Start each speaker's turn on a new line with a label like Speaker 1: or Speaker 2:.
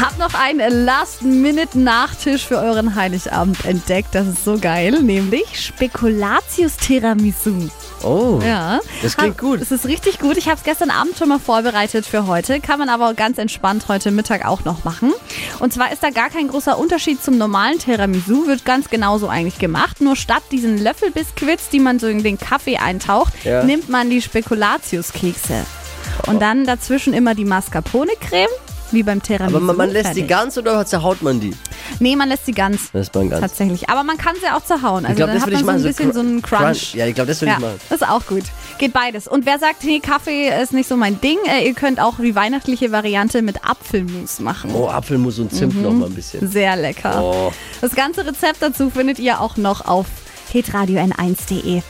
Speaker 1: Hab noch einen Last-Minute-Nachtisch für euren Heiligabend entdeckt. Das ist so geil, nämlich Spekulatius Tiramisu.
Speaker 2: Oh,
Speaker 1: Ja.
Speaker 2: das klingt
Speaker 1: Hab-
Speaker 2: gut.
Speaker 1: Es ist richtig gut. Ich habe es gestern Abend schon mal vorbereitet für heute. Kann man aber ganz entspannt heute Mittag auch noch machen. Und zwar ist da gar kein großer Unterschied zum normalen Tiramisu. Wird ganz genauso eigentlich gemacht. Nur statt diesen Löffelbiskuits, die man so in den Kaffee eintaucht,
Speaker 2: Ja. Oh.
Speaker 1: nimmt man die Spekulatiuskekse. Und dann dazwischen immer die Mascarpone-Creme. Wie beim Tiramisu.
Speaker 2: Aber man, man lässt die
Speaker 1: Fertig.
Speaker 2: ganz oder zerhaut man die?
Speaker 1: Nee, man lässt sie ganz.
Speaker 2: Lässt man ganz.
Speaker 1: Tatsächlich. Aber man kann sie auch zerhauen. Also
Speaker 2: glaub,
Speaker 1: dann
Speaker 2: das
Speaker 1: hat man so
Speaker 2: würd ich
Speaker 1: ein
Speaker 2: machen, so
Speaker 1: bisschen so,
Speaker 2: Cru-
Speaker 1: einen Crunch.
Speaker 2: Crunch. Ja, ich glaub, das würd ich
Speaker 1: ja,
Speaker 2: machen.
Speaker 1: Das ist auch gut. Geht beides. Und wer sagt, nee, Kaffee ist nicht so mein Ding, äh, ihr könnt auch die weihnachtliche Variante mit Apfelmus machen.
Speaker 2: Oh, Apfelmus und Zimt
Speaker 1: Mhm.
Speaker 2: noch mal ein bisschen.
Speaker 1: Sehr lecker.
Speaker 2: Oh.
Speaker 1: Das ganze Rezept dazu findet ihr auch noch auf hitradio n1.de.